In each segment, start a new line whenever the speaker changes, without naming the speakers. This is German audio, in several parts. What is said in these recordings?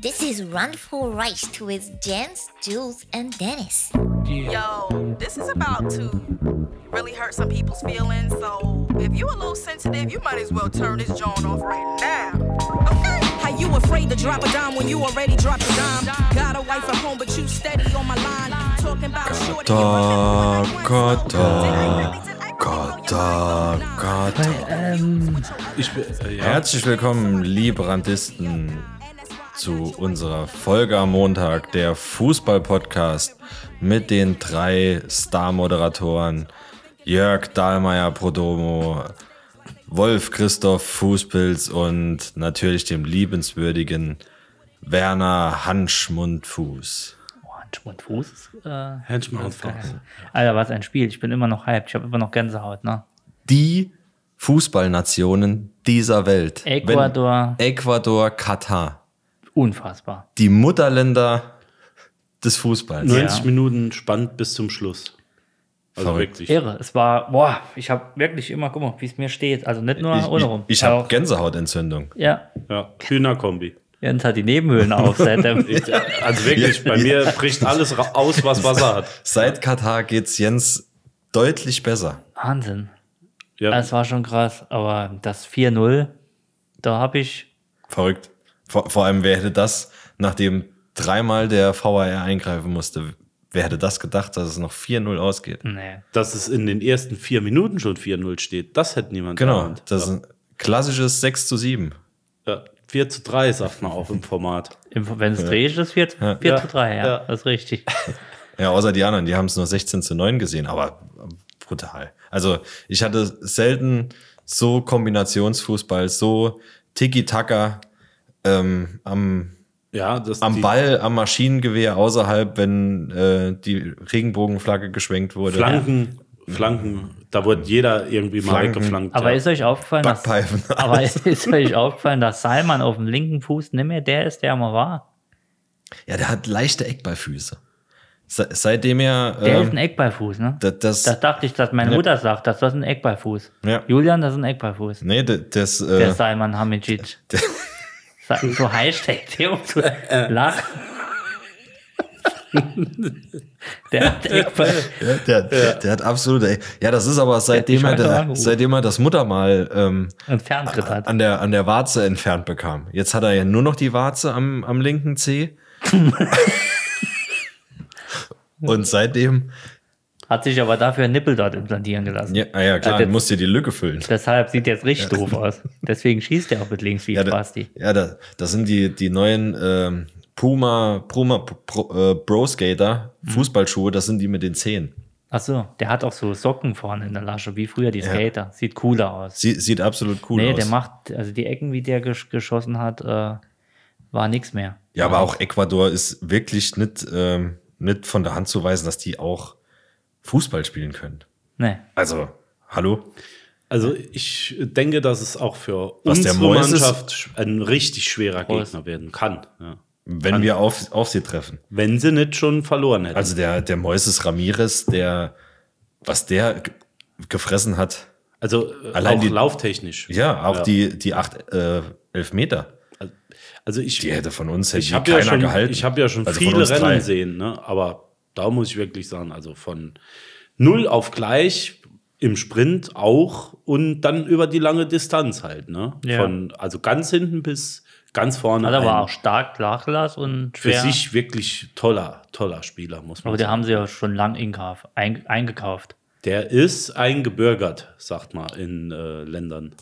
This is Wonderful Rice with Jens, Jules, and Dennis.
Yo, this is about to really hurt some people's feelings. So if you a little sensitive, you might as well turn this joint off right now. Okay?
How you afraid to drop a dime when you already dropped a dime? Got a wife at home, but you steady on my line. Talking about a shorty. you remember when I went slow. Did I really- did I really blow your mind? Nah.
Ich, bin- äh, ja. Herzlich willkommen, liebe Randisten, zu unserer Folge am Montag, der Fußball-Podcast mit den drei Star-Moderatoren Jörg Dahlmeier Prodomo, Wolf Christoph Fußpilz und natürlich dem liebenswürdigen Werner Hanschmund-Fuß.
Hand und Fuß. Äh,
Hand, Mouth,
das kann-
Fuß.
Alter, was ein Spiel. Ich bin immer noch hyped. Ich habe immer noch Gänsehaut, ne?
Die Fußballnationen dieser Welt.
Ecuador.
Wenn Ecuador, Katar.
Unfassbar.
die Mutterländer des Fußballs.
90 Minuten spannend bis zum Schluss. Also
Verrückt.
wirklich.
Irre. Es war, boah, ich habe wirklich immer, guck mal, wie es mir steht. Also nicht nur
Ich,
ohne
ich,
rum.
ich habe
Auch-
Gänsehautentzündung.
Ja,
Ja, Hühnerkombi.
Jens hat die Nebenhöhlen auf seit dem.
Ich- Also wirklich, bei mir bricht alles ra- aus, was Wasser hat.
Seit Katar geht's Jens deutlich besser.
Wahnsinn.
Ja.
Das war schon krass. Aber das 4-0, da habe ich
Verrückt. Vor, vor allem, wer hätte das, nachdem dreimal der VAR eingreifen musste, wer hätte das gedacht, dass es noch 4-0 ausgeht?
Nee.
dass es in den ersten vier Minuten schon 4-0 steht, das hätte niemand
Genau,
geahnt.
das ist ein klassisches 6 zu 7.
Ja, 4 zu 3 sagt man auch im Format.
Im- Wenn es dreht, ist es 4, 4 zu 3, ja,
Ja.
Das ist richtig.
Ja, außer die anderen, die haben es nur 16 zu 9 gesehen, aber ähm, brutal. Also ich hatte selten so Kombinationsfußball, so Tiki-Taka ähm, am,
Ja, das
am
die
Ball, am Maschinengewehr außerhalb, wenn äh, die Regenbogenflagge geschwenkt wurde.
Flanken, Flanken, da wurde jeder irgendwie mal
Flanken.
weggeflankt.
Aber
ja.
ist euch aufgefallen, dass,
Backpfeifen.
aber ist euch aufgefallen, dass Salman auf dem linken Fuß nicht mehr der ist, der er mal war?
Ja, der hat leichte Eckballfüße. Se seitdem er
Der ist ein
ähm,
Eckballfuß, ne?
da- das,
Das dachte ich, dass meine
Ne.
Mutter sagt, dass das ein Eckballfuß.
Ja.
Julian, das ist ein Eckballfuß.
nee, da- das
Der
äh,
Salman Hamidjic. Sa- So Hashtag, der um zu lachen. der hat Eckball.
Der, der hat absolute. Eck- Ja, das ist aber seitdem
mich
er,
heute
oh.
da,
angerufen.
seitdem er das Muttermal ähm,
Einen Ferntritt hat.
an der an der Warze entfernt bekam. Jetzt hat er ja nur noch die Warze am, am linken Zeh. Und seitdem,
Hat sich aber dafür einen Nippel dort implantieren gelassen.
ja, ah ja klar,
Hat jetzt-
dann musst du die Lücke füllen.
Deshalb sieht jetzt richtig doof aus. Deswegen schießt er auch mit links wie
Ja, da,
Basti.
ja da, das sind die, die neuen ähm, Puma, Puma Pro, äh, Bro Skater
Mhm.
Fußballschuhe, das sind die mit den Zehen.
Ach so, der hat auch so Socken vorne in der Lasche, wie früher die Skater. Sieht cooler aus.
Sie, sieht absolut cool
nee,
aus.
der macht, also die Ecken, wie der gesch geschossen hat, äh, war nichts mehr.
Ja, aber auch Ecuador ist wirklich nicht, ähm, nicht von der Hand zu weisen, dass die auch Fußball spielen können.
Nee.
Also, hallo?
Also ich denke, dass es auch für
Was der
unsere
Moises-
Mannschaft sch- ein richtig schwerer
Prost.
Gegner werden kann. Ja.
Wenn wir auf, auf sie treffen.
Wenn sie nicht schon verloren hätten.
Also der, der Moises Ramirez, der, was der ge- gefressen hat.
Also äh,
Allein
auch
die-
lauftechnisch.
Ja, auch die, die acht äh, Elfmeter.
Also ich,
Die hätte von uns hätte
ich
die
habe
keiner
ja schon,
gehalten.
ich hab ja schon
Also von
viele
uns
Rennen
drei.
sehen, ne? aber da muss ich wirklich sagen, also von null auf gleich im Sprint auch und dann über die lange Distanz halt. Ne?
Ja.
Von, also ganz hinten bis ganz vorne.
Hat aber
ein
auch stark nachgelassen und
für
schwer.
sich wirklich toller, toller Spieler, muss man
Aber
sagen.
den haben sie ja schon lang inkaf, ein, eingekauft.
Der ist eingebürgert, sagt man in äh, Ländern.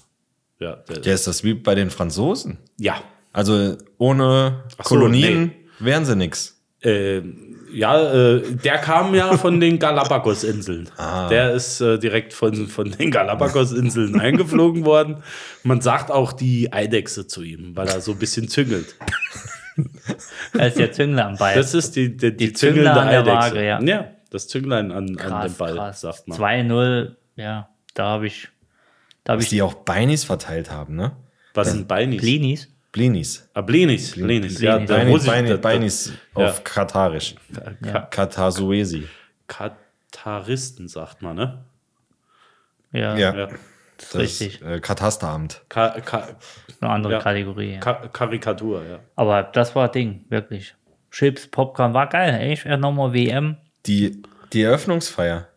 Ja, der,
Ja, ist das wie bei den Franzosen.
ja.
Also ohne
Ach so,
Kolonien wären sie nix.
Ähm, ja, äh, der kam ja von den Galapagos-Inseln.
Ah.
Der ist äh, direkt von, von den Galapagos-Inseln eingeflogen worden. Man sagt auch die Eidechse zu ihm, weil er so ein bisschen züngelt.
Er ist der Züngler am Ball.
Das ist die, die, die,
Die Züngler
züngelnde
an der
Eidechse.
Waage, ja.
das Zünglein an, an dem Ball, sagt man.
2-0, ja, da habe ich, da habe
Dass
ich
die auch Beinis verteilt haben, ne?
Was sind Beinis?
Blinis.
Blinis.
ah, Blinis. Blinis. Ja,
Blinis.
da
Beinis,
muss ich-
Beinis,
da- da-
Beinis
ja.
auf Katarisch.
Ja.
Katarsuesi.
Kataristen, sagt man, ne?
Ja.
Ja.
Ja.
Das
Richtig.
äh, Katasteramt.
Ka ka
Eine andere
Ja.
Kategorie. Ja.
ka Karikatur, ja.
Aber das war Ding, wirklich. Chips, Popcorn, war geil. Ich erinnere nochmal WM.
Die, die Eröffnungsfeier.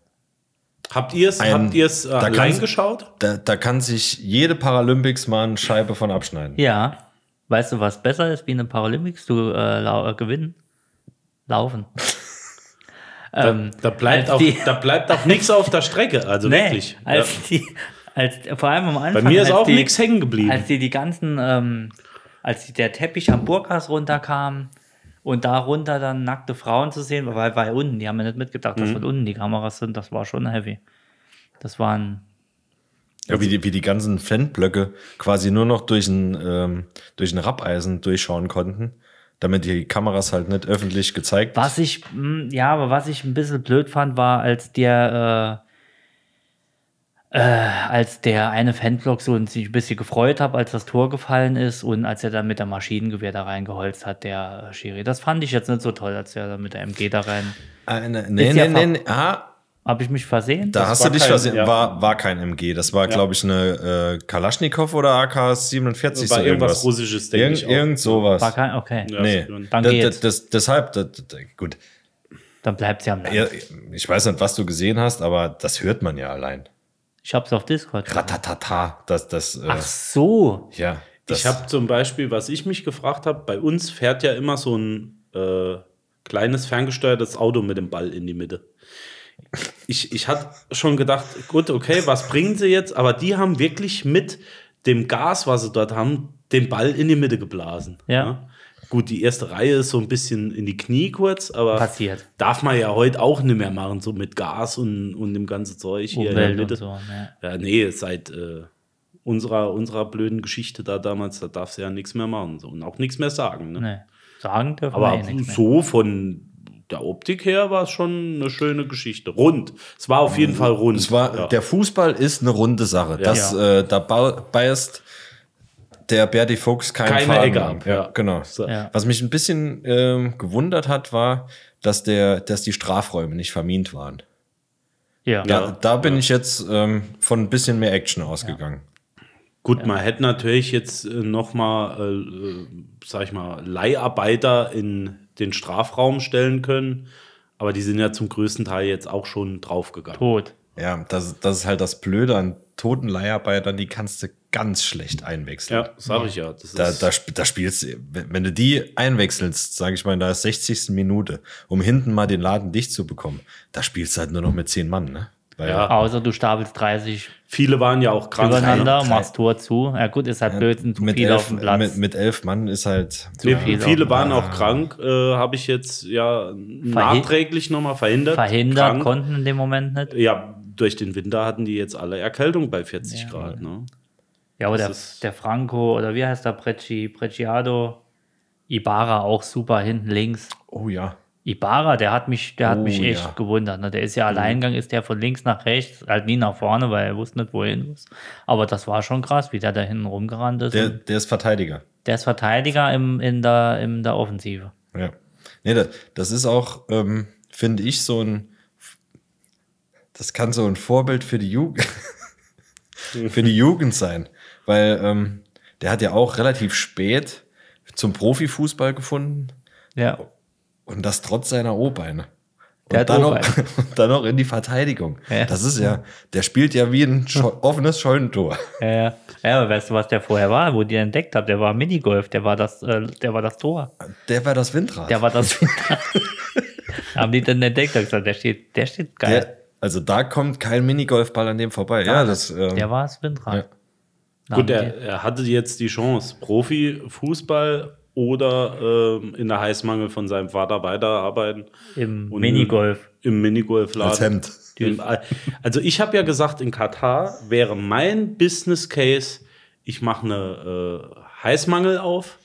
Habt ihr es
Ein-
habt ihr's äh,
da kann's-
allein geschaut?
Da, da kann sich jede Paralympics mal eine Scheibe von abschneiden.
Ja. Weißt du, was besser ist wie in den Paralympics? Du äh, lau äh, gewinnen. Laufen. ähm,
Da bleibt
als
auch,
die-
da bleibt auch nichts auf der Strecke, also
nee,
wirklich. Ja.
Als die, als, vor allem am
Bei
Anfang.
mir ist
als
auch
die-
nichts hängen geblieben.
Als die die ganzen, ähm, als die, der Teppich am Burghaus runterkam und darunter dann nackte Frauen zu sehen, weil weil unten, die haben ja nicht mitgedacht, dass von unten die Kameras sind, das war schon heavy. Das waren,
Ja, wie, die, wie die ganzen Flintblöcke quasi nur noch durch ein, ähm, durch ein Rappeisen durchschauen konnten, damit die Kameras halt nicht öffentlich gezeigt
was ich, mh, ja, aber was ich ein bisschen blöd fand, war, als der, äh, äh, als der eine Fanblock so und sich ein bisschen gefreut hat, als das Tor gefallen ist und als er dann mit der Maschinengewehr da reingeholzt hat, der äh, Schiri. Das fand ich jetzt nicht so toll, als er dann mit der MG da rein.
Äh, ne- nee,
Ist
nee,
ja
nee,
ver-
nee. Ah,
Habe ich mich versehen?
da hast du
war
dich
kein-
versehen.
ja.
War, war kein MG. Das war, glaube ich, eine äh, Kalaschnikow oder AK-47.
War
so
irgendwas Russisches, denke
Irgend,
ich auch.
irgend sowas.
War kein, okay.
nee,
Dann
Da- da-
geht's.
das, deshalb, da- da- da- gut.
Dann bleibt sie am Land.
Ja, Ich weiß nicht, was du gesehen hast, aber das hört man ja allein.
Ich hab's auf Discord.
Ratatata, das, das, äh,
Ach so.
ja. Das,
Ich habe zum Beispiel, was ich mich gefragt habe, bei uns fährt ja immer so ein äh, kleines ferngesteuertes Auto mit dem Ball in die Mitte. Ich, ich hatte schon gedacht, gut, okay, was bringen sie jetzt? Aber die haben wirklich mit dem Gas, was sie dort haben, den Ball in die Mitte geblasen. ne?
Ja.
Gut, die erste Reihe ist so ein bisschen in die Knie kurz, aber
Passiert.
darf man ja heute auch nicht mehr machen, so mit Gas und, und dem ganzen Zeug hier in der
Umwelt
Mitte.
und so. Ne?
Ja, nee, seit äh, unserer, unserer blöden Geschichte da damals, da darfst du ja nichts mehr machen so, und auch nichts mehr sagen. Ne?
Nee. Sagen dürfen
Aber
wir eh nichts mehr.
so von der Optik her war es schon eine schöne Geschichte. Rund. Es war auf jeden Fall rund.
Es war,
ja.
Der Fußball ist eine runde Sache. Das, äh, da ba- beißt der Berti Fuchs keinen
Keine
Faden
Ecke
an.
ab,
Ja,
ja.
Genau.
So.
Ja.
Was mich ein bisschen ähm, gewundert hat, war, dass, der, dass die Strafräume nicht vermint waren.
Ja.
Da, da bin ich jetzt ähm, von ein bisschen mehr Action ausgegangen.
Gut, man hätte natürlich jetzt äh, nochmal, äh, äh, sag ich mal, Leiharbeiter in den Strafraum stellen können. Aber die sind ja zum größten Teil jetzt auch schon draufgegangen.
Tot.
Ja, das, das ist halt das Blöde an toten Leiharbeitern, die kannst du ganz schlecht einwechseln.
Ja, sag ich ja. Das
Da,
ist-
da, sp- da spielst du, wenn wenn du die einwechselst, sage ich mal, in der 60. Minute, um hinten mal den Laden dicht zu bekommen, da spielst du halt nur noch mit 10 Mann, ne? Weil
Ja.
Außer du stapelst 30
viele waren ja auch krank.
übereinander, machst Tor zu. Ja gut, ist halt blöd, sind zu
mit,
viel auf
elf,
dem Platz.
mit, mit elf Mann ist halt.
Nee,
viel
viele,
auf dem
waren auch krank, äh, habe ich jetzt ja nachträglich nochmal verhindert.
Verhindert,
Krank.
konnten in dem Moment nicht.
Ja, durch den Winter hatten die jetzt alle Erkältung bei 40 Grad. Ne?
Ja, aber der,
Das ist-
der Franco, oder wie heißt der, Brecci, Brecciado, Ibarra auch super hinten links.
Oh ja.
Ibarra, der hat mich, der hat
Oh,
mich echt
ja. Mhm.
gewundert. Ne? Der ist ja alleingang, ist der von links nach rechts, halt nie nach vorne, weil er wusste nicht, wohin muss. Aber das war schon krass, wie der da hinten rumgerannt ist.
Der,
Und
der ist Verteidiger.
der ist Verteidiger im, in, der, in der Offensive.
Ja. Nee, das, das ist auch, ähm, finde ich, so ein. Das kann so ein Vorbild für die Jugend, für die Jugend sein. Weil ähm, der hat ja auch relativ spät zum Profifußball gefunden.
Ja.
Und das trotz seiner O-Beine. Und
Der hat
dann noch,
O-Beine.
und dann noch in die Verteidigung.
Ja.
Das ist ja, der spielt ja wie ein Scho offenes Scheunentor.
Ja, ja. ja, aber weißt du, was der vorher war, wo die den entdeckt habt? Der war Minigolf, der war das, äh, der war das Tor.
Der war das Windrad.
Der war das. Haben die dann entdeckt und gesagt, der steht, der steht geil.
Der- also da kommt kein Minigolfball an dem vorbei. Ja, das. Ähm,
Der war das Windrad. Na,
Gut,
mit
er,
dir.
er hatte jetzt die Chance, Profi-Fußball oder ähm, in der Heißmangel von seinem Vater weiterarbeiten.
Im
Und
Minigolf.
Im
als
Minigolfladen.
Hemd.
Im- Also ich habe ja gesagt, in Katar wäre mein Business Case, ich mache eine äh, Heißmangel auf.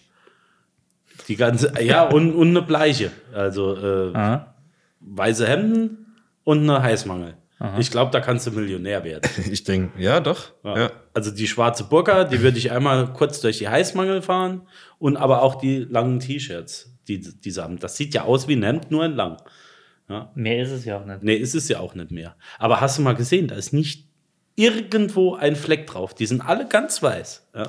Die ganze, ja, und, und eine Bleiche. Also äh,
Ah,
weiße Hemden und eine Heißmangel. Ich glaube, da kannst du Millionär werden.
Ich denke, ja, doch. Ja.
Also die schwarze Burka, die würde ich einmal kurz durch die Heißmangel fahren und aber auch die langen T-Shirts, die, die sie haben. Das sieht ja aus wie ein Hemd, nur ein lang.
mehr ist es ja auch nicht.
Nee, ist es ja auch nicht mehr. Aber hast du mal gesehen, da ist nicht irgendwo ein Fleck drauf. Die sind alle ganz weiß. Ja.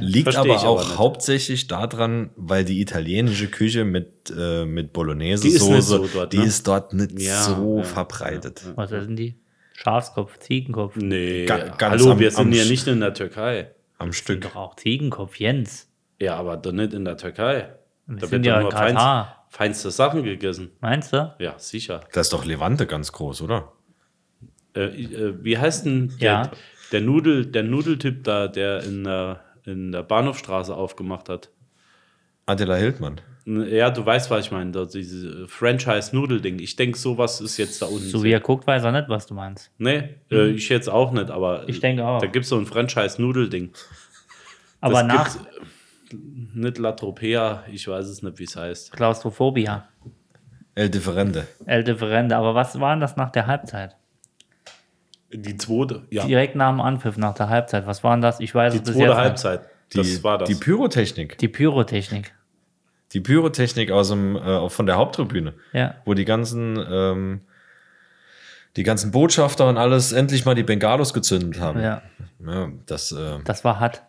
Liegt
Versteh
aber
ich aber
auch
nicht.
hauptsächlich daran, weil die italienische Küche mit, äh, mit
Die ist
Bolognese-Soße,
nicht
die,
so dort, ne?
ist dort nicht
Ja,
so
ja,
verbreitet.
Was essen die? Schafskopf, Ziegenkopf.
Nee,
Ga- ganz
hallo,
am-
wir
am
sind ja
Sch-
nicht in der Türkei.
Am Stück.
Doch auch Ziegenkopf, Jens.
Ja, aber doch nicht in der Türkei. da
sind
wird
ja
doch
in
nur feinst,
Katar.
feinste Sachen gegessen.
Meinst du?
Ja, sicher.
Da ist doch Levante ganz groß, oder?
Äh, äh, wie heißt denn der,
Ja.
der, Nudel, der Nudeltyp da, der in der, in der Bahnhofstraße aufgemacht hat?
Adela Hildmann.
Ja, du weißt, was ich meine. da Dieses Franchise-Nudel-Ding. Ich denke, sowas ist jetzt da unten.
So wie er guckt, weiß er nicht, was du meinst.
nee, äh, ich jetzt auch nicht, aber.
Mhm. Ich denke auch.
Da gibt es so ein Franchise-Nudel-Ding.
Aber
Das
nach
gibt's- Nicht Latropea, ich weiß es nicht, wie es heißt.
Klaustrophobia,
El Differente.
El Differente. Aber was waren das nach der Halbzeit?
Die zweite, ja. Die,
Direkt nach dem Anpfiff, nach der Halbzeit. Was waren das? Ich weiß es bis
zweite
jetzt
Halbzeit.
Die,
das war das.
Die Pyrotechnik.
Nicht. Die Pyrotechnik.
Die Pyrotechnik aus dem, äh, von der Haupttribüne.
Ja.
Wo die ganzen, ähm, die ganzen Botschafter und alles endlich mal die Bengalos gezündet haben.
Ja,
Ja, das, äh,
das war hart.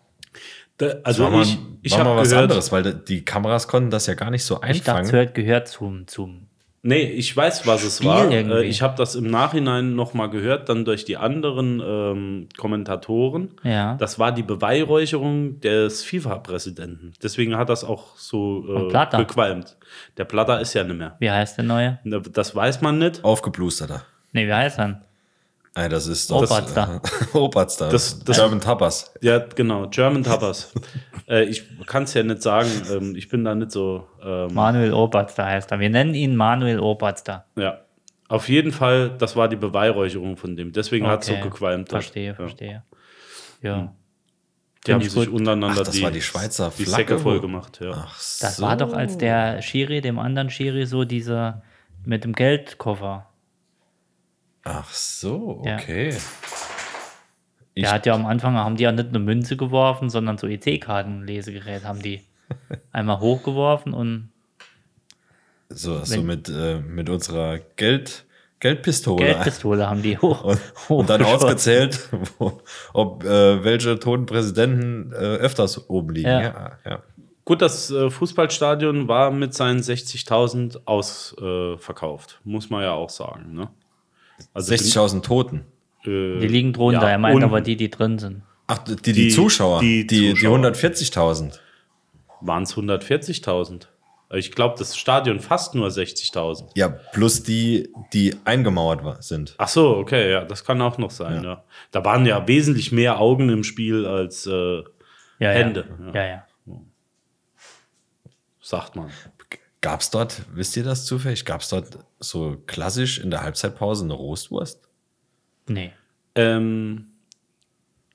Da,
das war
also
mal,
ich, ich
war mal
habe
was
gehört.
anderes, weil die Kameras konnten das ja gar nicht so
Ich dachte,
einfangen.
es gehört- gehört zum, zum.
Nee, ich weiß, was es
Spiel
war.
irgendwie.
Äh, Ich habe das im Nachhinein nochmal gehört, dann durch die anderen ähm, Kommentatoren.
Ja.
Das war die Beweihräucherung des FIFA-Präsidenten. Deswegen hat das auch so
Und
äh,
Blatter.
gequalmt. Der Platter ist ja nicht mehr.
Wie heißt der neue?
Ne, Das weiß man nicht.
Aufgeblusterter.
Nee, wie heißt er?
Nein, das ist doch.
Opa
Opatz da.
Das- das-
German Tapas.
Ja, genau. German Tapas. äh, ich kann es ja nicht sagen. Ähm, ich bin da nicht so. Ähm,
Manuel Oberster heißt er. Wir nennen ihn Manuel Oberster.
ja. Auf jeden Fall, das war die Beweihräucherung von dem. Deswegen hat es so gequalmt.
Verstehe,
ja. Hm.
verstehe. Ja.
Die haben
ich
sich
gut.
untereinander
Ach, das war die Schweizer
die
Flagge,
Säcke voll
wo-
gemacht. Ja.
Ach,
Das
so.
war doch, als der Schiri, dem anderen Schiri, so diese mit dem Geldkoffer.
Ach so,
Ja.
okay. Ich-
Der hat ja am Anfang, haben die ja nicht eine Münze geworfen, sondern so EC-Karten-Lesegerät haben die einmal hochgeworfen und
So, so
Wenn-
mit, äh, mit unserer Geld, Geldpistole.
Geldpistole haben die hoch.
und, und dann
hochgeschossen.
ausgezählt, wo, ob äh, welche toten Präsidenten äh, öfters oben liegen.
Ja.
Ja, ja.
Gut, das äh, Fußballstadion war mit seinen 60.000 ausverkauft, äh, verkauft, muss man ja auch sagen. Ne? Also
60.000 Toten.
äh,
Die liegen drunter,
ja,
er meint
unten
aber die, die drin sind.
Ach, die, die,
Die-
Zuschauer,
die
die, die,
Zuschauer.
140.000.
Waren es 140.000? Ich glaube, das Stadion fast nur 60.000.
Ja, plus die, die eingemauert wa- sind.
Ach so, okay, ja, das kann auch noch sein. Ja. Da waren ja wesentlich mehr Augen im Spiel als äh,
Ja,
Hände,
Ja,
ja.
ja. ja.
sagt man.
Gab es dort, wisst ihr das zufällig, gab es dort so klassisch in der Halbzeitpause eine Roastwurst?
Nee.
Ähm,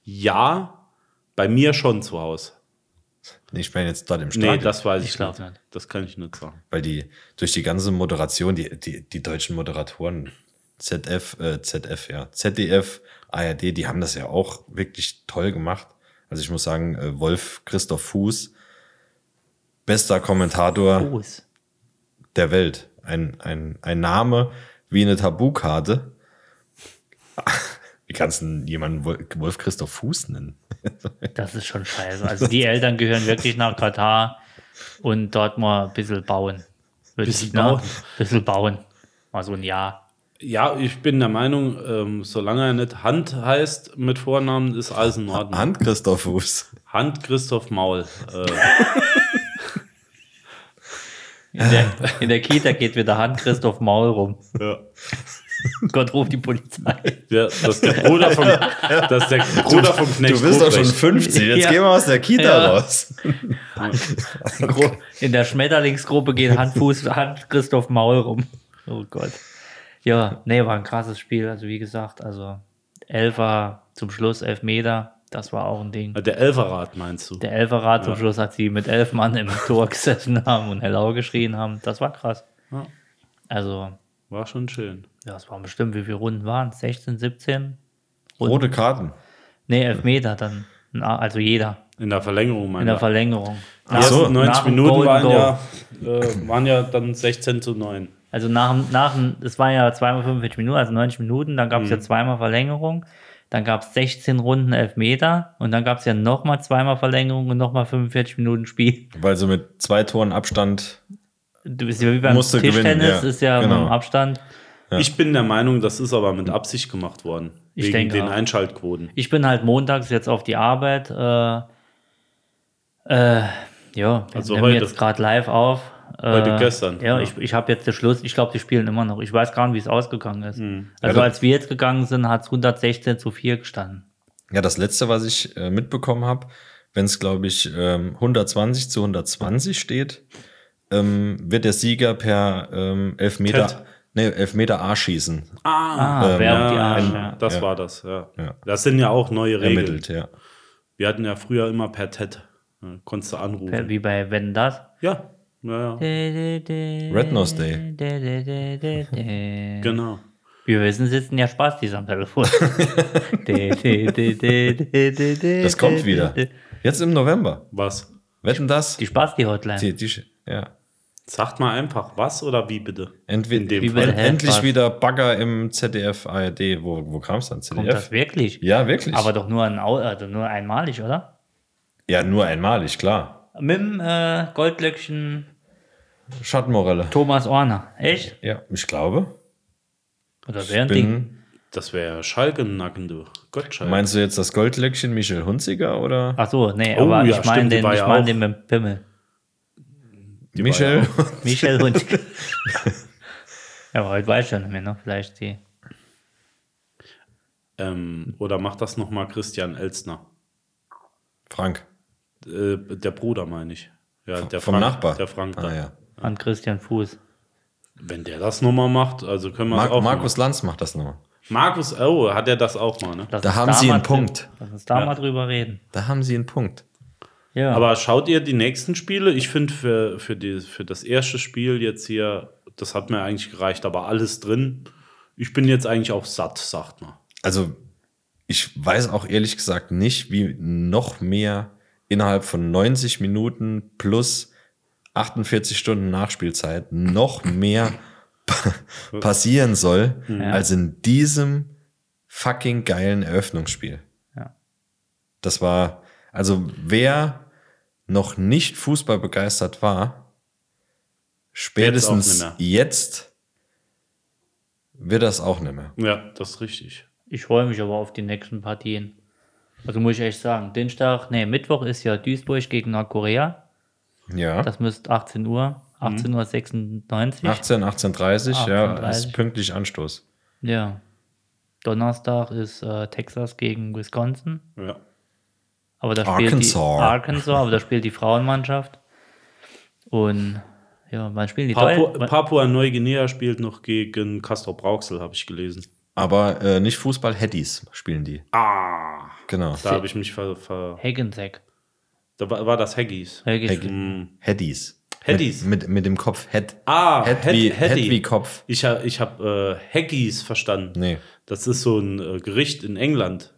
ja, bei mir schon zu Hause.
Nee, ich meine jetzt dort im Stadion.
Nee, das weiß ich,
Ich glaub
nicht.
nicht.
Das kann ich nicht sagen.
weil die durch die ganze Moderation, die, die, die deutschen Moderatoren, ZF, äh, ZF, ja, ZDF, ARD, die haben das ja auch wirklich toll gemacht. Also ich muss sagen, äh, Wolf Christoph Fuß, bester Kommentator
Fuß.
der Welt. Ein, ein, ein Name wie eine Tabukarte. Wie kannst du denn jemanden Wol- Wolf Christoph Fuß nennen?
Das ist schon scheiße. Also die Eltern gehören wirklich nach Katar und dort mal ein bisschen bauen.
Bisschen bauen.
bisschen bauen. Mal so ein Jahr.
Ja, ich bin der Meinung, ähm, solange er nicht Hand heißt mit Vornamen, ist alles in Ordnung. Hand,
Hand Christoph Fuß.
Christoph Maul. Äh,
In der, in der Kita geht wieder Hand Christoph Maul rum.
ja.
Gott ruft die Polizei.
Ja, das ist der Bruder vom, das ist der Bruder vom Knecht.
Du bist doch schon
Ruprecht.
50, jetzt
Ja.
geh mal aus der Kita
Ja.
raus.
In der Schmetterlingsgruppe geht Hand, Fuß, Hand Christoph Maul rum. Oh Gott. Ja, nee, war ein krasses Spiel. Also wie gesagt, also Elfer zum Schluss, elf Meter, das war auch ein Ding.
Der Elferrat meinst du?
Der Elferrat zum Schluss, als sie mit elf Mann im Tor gesessen haben und Hello geschrien haben, das war krass.
Ja.
Also,
War schon schön.
ja, es waren bestimmt, wie viele Runden waren es? 16, 17?
Rote Karten.
Nee, elf Meter dann. Na, Also jeder
In der Verlängerung
in
meinst
der
du?
Verlängerung.
Die
Nach-
so,
ersten 90
nach dem
Minuten
Golden
waren
Goal.
ja, äh, waren ja dann 16 zu 9.
Mhm.
Also nach, dem- nach, dem- es waren ja zweimal 45 Minuten, also 90 Minuten, dann gab es ja zweimal Verlängerung. Dann gab es 16 Runden Elfmeter und dann gab es ja nochmal zweimal Verlängerung und nochmal 45 Minuten Spiel.
Weil sie mit zwei Toren Abstand.
Du bist ja wie beim
Musste gewinnen,
Tischtennis,
ja.
ist ja
Genau.
im Abstand.
Ich bin der Meinung, das ist aber mit Absicht gemacht worden.
Ich
wegen
denke
den
auch.
Einschaltquoten.
Ich bin halt montags jetzt auf die Arbeit. Äh, äh, ja,
Also
also nehme
heute.
jetzt gerade live auf. Äh,
Heute gestern,
Ja,
ja.
ich, ich habe jetzt den Schluss. Ich glaube, die spielen immer noch. Ich weiß gar nicht, wie es ausgegangen ist. Also
Mhm. Ja, da-
als wir jetzt gegangen sind, hat es 116 zu 4 gestanden.
Ja, das letzte, was ich äh, mitbekommen habe, wenn es, glaube ich, ähm, 120 zu 120 steht, ähm, wird der Sieger per ähm, Elfmeter,
Ted.
nee, Elfmeter A schießen
Ah,
Ähm,
wer auf die Arsch.
Ja,
Ja.
das
Ja.
war das, ja.
Ja.
Das sind ja auch neue Regeln.
ermittelt, ja.
Wir hatten ja früher immer per TED. ja, ne, Konntest du anrufen.
Wie bei Wenn das.
ja, ja, ja.
Red
Red
Nose Day.
Genau.
Genau.
Wir wissen, sitzen ja Spaß, die am Telefon. das
Das kommt wieder. Jetzt im November.
Was?
Wetten das?
Die Spaß, die Hotline.
Die- die- ja.
Sagt mal einfach was oder wie bitte?
Entweder,
In dem
Wie
Fall.
bei-
endlich
Helfers.
wieder Bagger im ZDF, ARD. Wo, wo kam es dann?
Kommt
ZDF?
das wirklich?
Ja, wirklich.
Aber doch nur, ein, Au- also nur einmalig, oder?
ja, nur einmalig, klar.
Mit dem äh, Goldlöckchen
Schattenmorelle.
Thomas Orner. Echt?
Ja, ich glaube.
Oder wer ein Ding?
Bin,
Das wäre ja Schalke im Nacken, du. Gott, Schalke.
Äh, meinst du jetzt das Goldlöckchen Michel Hunziger oder
Ach so, nee,
Oh,
aber
ja,
ich meine
stimmt, die
den,
war
ich
ja
mein
auch.
den mit dem Pimmel.
Michel?
Michel und. ja, aber heute weiß ich ja nicht mehr, ne? Vielleicht die.
ähm, oder macht das nochmal Christian Elzner?
Frank.
Äh, der Bruder, meine ich. Ja, der
vom
Frank,
Nachbar.
Der Frank.
Ah,
da.
ja.
An Christian Fuß.
Wenn der das nochmal macht, also können wir
Mar
das auch
Markus Lanz macht das nochmal.
Machen. Markus, oh, hat er das auch mal, ne?
Lass
Da
uns
haben Sie
mal
einen
drü-
Punkt.
Lass uns da mal drüber reden.
Da haben sie einen Punkt.
Ja.
Aber schaut ihr die nächsten Spiele? Ich finde für, für, die- für das erste Spiel jetzt hier, das hat mir eigentlich gereicht, aber alles drin. Ich bin jetzt eigentlich auch satt, sagt man.
Also, ich weiß auch ehrlich gesagt nicht, wie noch mehr innerhalb von 90 Minuten plus 48 Stunden Nachspielzeit noch mehr pa- passieren soll, als in diesem fucking geilen Eröffnungsspiel.
Ja.
Das war, also wer noch nicht Fußball begeistert war,
Jetzt
spätestens
auch nicht
jetzt wird das auch nicht mehr.
Ja, das ist richtig.
ich freue mich aber auf die nächsten Partien. Also muss ich echt sagen, Dienstag, nee, Mittwoch ist ja Duisburg gegen Nordkorea.
Ja.
Das müsste 18 Uhr, 18 Uhr 96.
18, 18.30,
Ah,
ja,
18:30.
ist pünktlich Anstoß.
Ja. Donnerstag ist äh, Texas gegen Wisconsin.
Ja.
Aber da spielt
Arkansas.
Die, Arkansas, aber da spielt die Frauenmannschaft. Und ja, wann spielen die
Papu
Deu-
Papua Neuguinea spielt noch gegen Castro Brauxel, habe ich gelesen.
Aber äh, nicht Fußball, Heddies spielen die.
Ah,
Genau.
da habe ich mich ver. ver
Hackensack.
da war, war das Haggies.
Hackensack.
Heddies.
Heddies.
Mit, mit, mit dem Kopf. Head.
Ah,
Head,
Hed-
wie,
Heddy.
Head wie Kopf.
Ich habe ich hab, äh, Haggies verstanden.
Nee.
Das ist so ein äh, Gericht in England.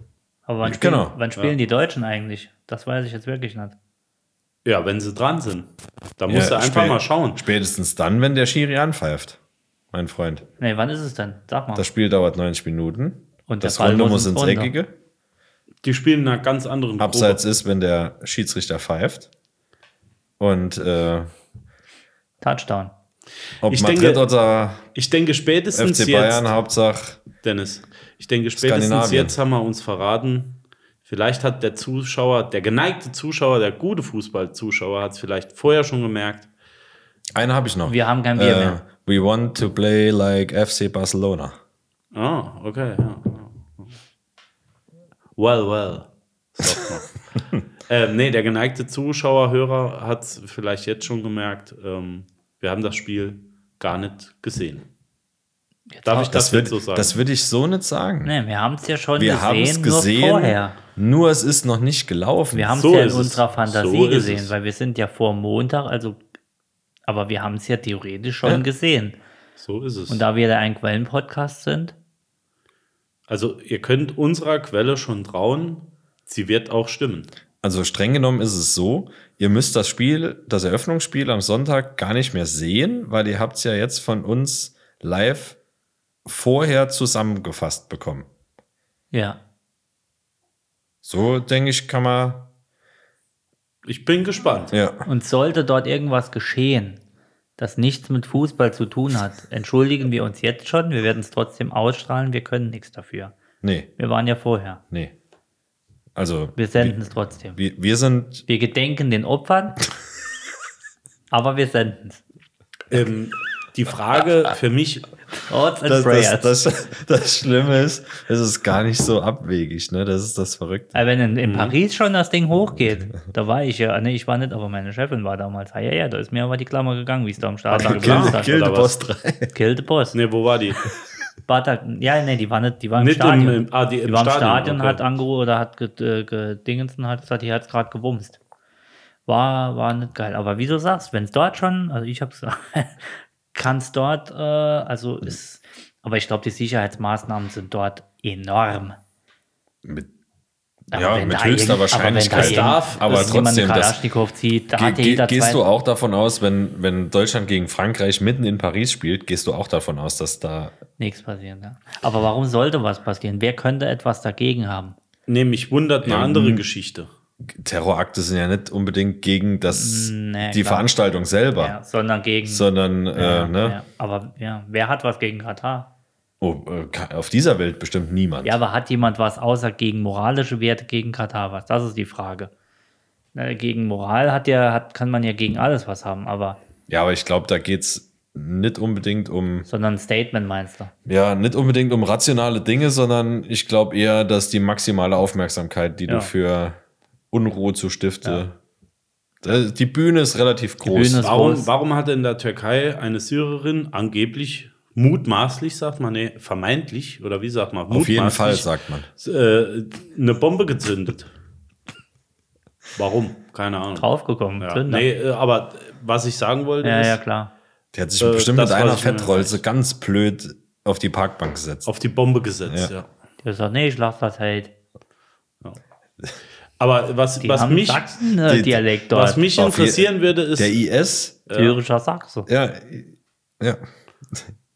Aber wann spielen,
Genau,
wann spielen die Deutschen eigentlich? Das weiß ich jetzt wirklich nicht.
Ja, wenn sie dran sind. Da musst
Ja,
du einfach
spä-
mal schauen.
Spätestens dann, wenn der Schiri anpfeift, mein Freund.
Nee, wann ist es denn? Sag mal.
Das Spiel dauert 90 Minuten.
Und der
das
Ball
Runde
muss
muss
ins
ins
Runde. Oh.
Eckige.
Die spielen in einer ganz anderen Gruppe.
Abseits ist, wenn der Schiedsrichter pfeift. Und äh,
Touchdown.
ob
Ich
Madrid
denke-
oder
Ich denke spätestens
FC Bayern,
jetzt,
Hauptsache
Dennis, ich denke spätestens
Skandinavien.
jetzt haben wir uns verraten. Vielleicht hat der Zuschauer, der geneigte Zuschauer, der gute Fußballzuschauer hat es vielleicht vorher schon gemerkt.
Eine habe ich noch. Äh,
Wir haben kein Bier mehr.
We want to play like FC Barcelona.
Ah, okay. Ja. ja. Well, well. Sagt man. ähm, nee, der geneigte Zuschauer, Hörer hat es vielleicht jetzt schon gemerkt. Ähm, wir haben das Spiel gar nicht gesehen. Darf ich das,
würd-
jetzt so sagen?
Das würde ich so nicht sagen.
Nee, wir haben es ja schon
Wir haben es
gesehen,
gesehen,
nur vorher.
nur es ist noch nicht gelaufen.
Wir haben es
So
ja in
ist es.
unserer Fantasie
So ist
gesehen,
es.
weil wir sind ja vor Montag, also aber wir haben es ja theoretisch schon
Ja.
gesehen.
so ist es.
Und da wir da ein Quellenpodcast sind,
Also ihr könnt unserer Quelle schon trauen, sie wird auch stimmen.
also streng genommen ist es so, ihr müsst das Spiel, das Eröffnungsspiel am Sonntag gar nicht mehr sehen, weil ihr habt es ja jetzt von uns live vorher zusammengefasst bekommen.
ja.
So, denke ich, kann man.
Ich bin gespannt.
Ja.
Und sollte dort irgendwas geschehen, das nichts mit Fußball zu tun hat, entschuldigen wir uns jetzt schon. Wir werden es trotzdem ausstrahlen. Wir können nichts dafür.
Nee,
Wir waren ja vorher.
nee. Also,
Wir senden es trotzdem.
wir, wir sind.
Wir gedenken den Opfern, aber wir senden es.
Ähm, die Frage für mich,
Thoughts and
Das,
prayers.
das, das, das Schlimme ist, es ist gar nicht so abwegig, ne? Das ist das Verrückte.
Aber Äh, wenn in,
Mhm.
in Paris schon das Ding hochgeht, da war ich ja, ne, ich war nicht, aber meine Chefin war damals. Ah, ja, ja, da ist mir aber die Klammer gegangen, wie es da am Start geplant
Bataclan.
Kill,
hat.
Kill the
oder was?
Boss 3.
Kill the Boss.
ne, wo war die?
Bataclan- halt, ja, nee, die war nicht, die war im
Nicht im-
Stadion.
im- ah, die im
war im
Stadion,
Stadion,
okay.
hat angerufen oder hat ge- äh, gedingens und hat gesagt, hier hat es gerade gewumst. War, war nicht geil. Aber wie du sagst, wenn es dort schon, also ich hab's kann es dort, äh, also ist, aber ich glaube, die Sicherheitsmaßnahmen sind dort enorm.
Mit,
Aber
ja,
wenn
mit
da
höchster
irgend-
Wahrscheinlichkeit.
Aber, wenn da irgend-
darf,
aber
dass jemand
trotzdem,
einen
das,
Kalaschnikow zieht, da
Ge
hat ja
ge
jeder
gehst
zwei.
du auch davon aus, wenn, wenn Deutschland gegen Frankreich mitten in Paris spielt, gehst du auch davon aus, dass da.
Nichts passieren. Ja. Aber warum sollte was passieren? Wer könnte etwas dagegen haben?
Ne, mich wundert eine
Ja,
andere
mm.
Geschichte.
Terrorakte sind ja nicht unbedingt gegen das,
Nee,
die
Hm, klar.
Veranstaltung selber,
Ja, sondern gegen.
sondern
ja,
äh, ne?
ja. Aber ja, wer hat was gegen Katar?
Oh, äh, ke- auf dieser Welt bestimmt niemand.
Ja, aber hat jemand was außer gegen moralische Werte gegen Katar was? Das ist die Frage. Na, gegen Moral hat ja, hat, kann man ja gegen alles was haben, aber
Ja, aber ich glaube, da geht es nicht unbedingt um,
sondern ein Statement meinst du?
ja, nicht unbedingt um rationale Dinge, sondern ich glaube eher, dass die maximale Aufmerksamkeit, die
Ja.
du für Unruhe zu stifte, Da- die Bühne ist relativ groß.
Bühne ist-
Warum,
raus.
warum hat in der Türkei eine Syrerin angeblich, mutmaßlich sagt man, nee, vermeintlich, oder wie sagt man,
auf jeden Fall,
mutmaßlich,
sagt man.
äh, eine Bombe gezündet? Warum? Keine Ahnung.
Draufgekommen,
Ja.
Zünder.
Nee, äh, aber was ich sagen wollte,
ja,
ist,
ja, klar.
Die hat sich
Äh,
bestimmt
das
mit einer
weiß ich mir
Fettrolze ganz blöd auf die Parkbank gesetzt.
auf die Bombe gesetzt,
Ja.
ja.
Die hat gesagt, nee, ich lasse das halt.
Aber was,
Die
was
haben
mich,
die-
Sachsen-Dialekt dort.
was mich
Auf
interessieren würde, ist,
Der IS?
Syrischer Sachse.
Ja. ja.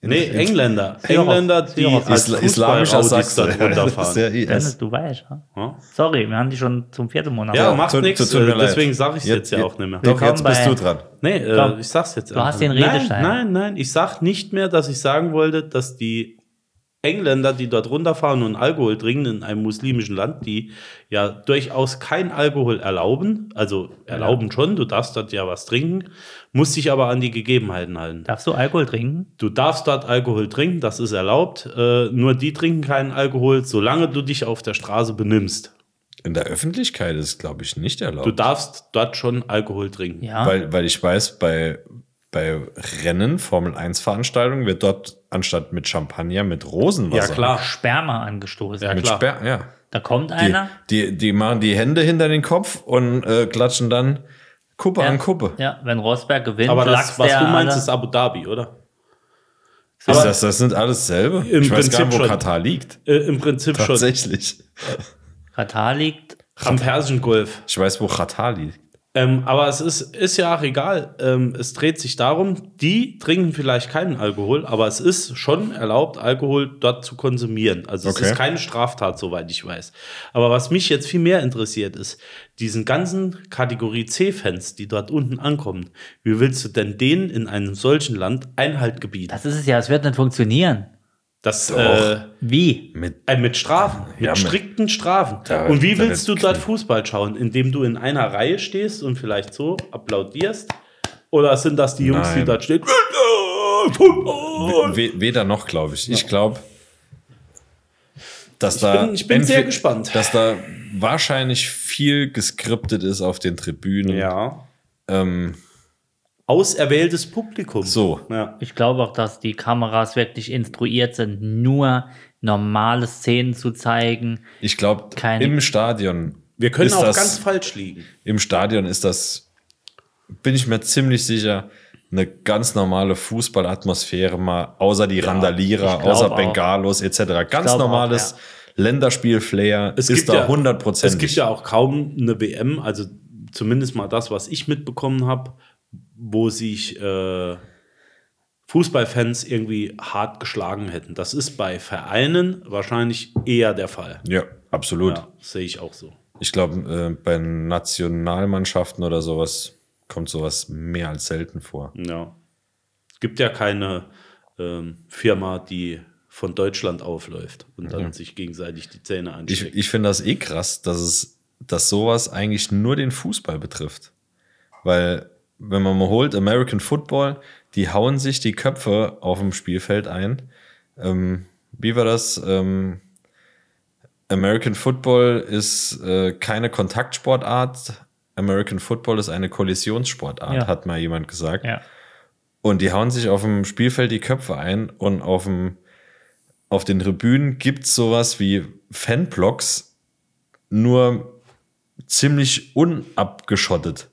nee, Engländer,
Syrer-
Engländer, die
Syrer-
als
Isla islamischer
Fußballraudis
Sachse.
dann
Das ist
runterfahren.
der IS.
Dennis, du weißt, ja?
Ja.
Sorry, wir haben die schon zum vierten Monat.
Ja,
du
macht
tut-
nichts,
tut- tut mir
äh, deswegen
leid.
sage ich es jetzt ja auch nicht mehr.
Doch, jetzt
Willkommen
bist
bei-
du dran.
Nee,
Komm.
äh, ich sag's jetzt
Du hast den Redestein.
Nein, nein, nein, ich sag nicht mehr, dass ich sagen wollte, dass die Engländer, die dort runterfahren und Alkohol trinken in einem muslimischen Land, die ja durchaus kein Alkohol erlauben, also erlauben schon, du darfst dort ja was trinken, musst dich aber an die Gegebenheiten halten.
Darfst du Alkohol trinken?
Du darfst dort Alkohol trinken, das ist erlaubt, äh, nur die trinken keinen Alkohol, solange du dich auf der Straße benimmst.
In der Öffentlichkeit ist es, glaube ich, nicht erlaubt.
Du darfst dort schon Alkohol trinken.
Ja.
Weil, weil ich weiß, bei, bei Rennen, Formel-1-Veranstaltungen wird dort anstatt mit Champagner mit Rosenwasser.
Ja, klar.
Sperma angestoßen.
Ja,
Mit
klar.
Sperr, ja.
Da kommt
Die,
einer.
die, die machen die Hände hinter den Kopf und äh, klatschen dann Kuppe an Kuppe.
Ja, wenn Rosberg gewinnt,
Aber das,
lachst
was
der
du meinst,
alle.
ist Abu Dhabi, oder?
Ist
Aber-
das, das sind alles selbe?
Im
ich weiß gar
Prinzip
nicht, wo
schon.
Katar liegt.
Äh, Im Prinzip schon.
Tatsächlich.
Katar liegt.
Am Persischen Golf.
Ich weiß, wo Katar liegt.
Ähm, aber es ist, ist ja auch egal. Ähm, es dreht sich darum, die trinken vielleicht keinen Alkohol, aber es ist schon erlaubt, Alkohol dort zu konsumieren. Also
Okay.
es ist keine Straftat, soweit ich weiß. Aber was mich jetzt viel mehr interessiert ist, diesen ganzen Kategorie C-Fans, die dort unten ankommen, wie willst du denn denen in einem solchen Land Einhalt gebieten?
Das ist es ja, es wird nicht funktionieren.
Das, äh,
Wie?
Mit
Äh, mit Strafen, mit
Ja, mit-
strikten Strafen.
Da-
und wie
da
willst du
wird-
dort Fußball schauen? Indem du in einer Reihe stehst und vielleicht so applaudierst? Oder sind das die Jungs, die
Nein.
dort stehen? Football!
we, weder noch, glaube ich. Ich glaube, dass da.
bin- ich bin sehr
entwe-
gespannt.
Dass da wahrscheinlich viel geskriptet ist auf den Tribünen.
Ja.
Ähm,
Auserwähltes Publikum.
so.
Ja.
Ich glaube auch, dass die Kameras wirklich instruiert sind, nur normale Szenen zu zeigen.
Ich glaube,
Keine-
im Stadion.
Wir können
ist
auch
das,
Genau, ganz falsch liegen.
Im Stadion ist das, bin ich mir ziemlich sicher, eine ganz normale Fußballatmosphäre mal, außer die Randalierer,
ich glaub
außer
auch.
Bengalos etc. Ganz
glaub auch,
normales Länderspiel-Flair
Es
ist
gibt
da
ja-
hundertprozentig.
Es gibt ja auch kaum eine WM, also zumindest mal das, was ich mitbekommen habe, wo sich äh, Fußballfans irgendwie hart geschlagen hätten. Das ist bei Vereinen wahrscheinlich eher der Fall.
Ja, Absolut.
Ja, sehe ich auch so.
Ich glaube, äh, bei Nationalmannschaften oder sowas kommt sowas mehr als selten vor.
Ja. Es gibt ja keine ähm, Firma, die von Deutschland aufläuft und dann sich gegenseitig die Zähne
Ich,
ansteckt.
ich finde das eh krass, dass es, dass sowas eigentlich nur den Fußball betrifft. Weil, wenn man mal holt, American Football, die hauen sich die Köpfe auf dem Spielfeld ein. Ähm, wie war das? Ähm, American Football ist äh, keine Kontaktsportart. American Football ist eine Kollisionssportart,
Ja.
hat mal jemand gesagt.
Ja.
Und die hauen sich auf dem Spielfeld die Köpfe ein und auf, dem, auf den Tribünen gibt es sowas wie Fanblocks, nur ziemlich unabgeschottet.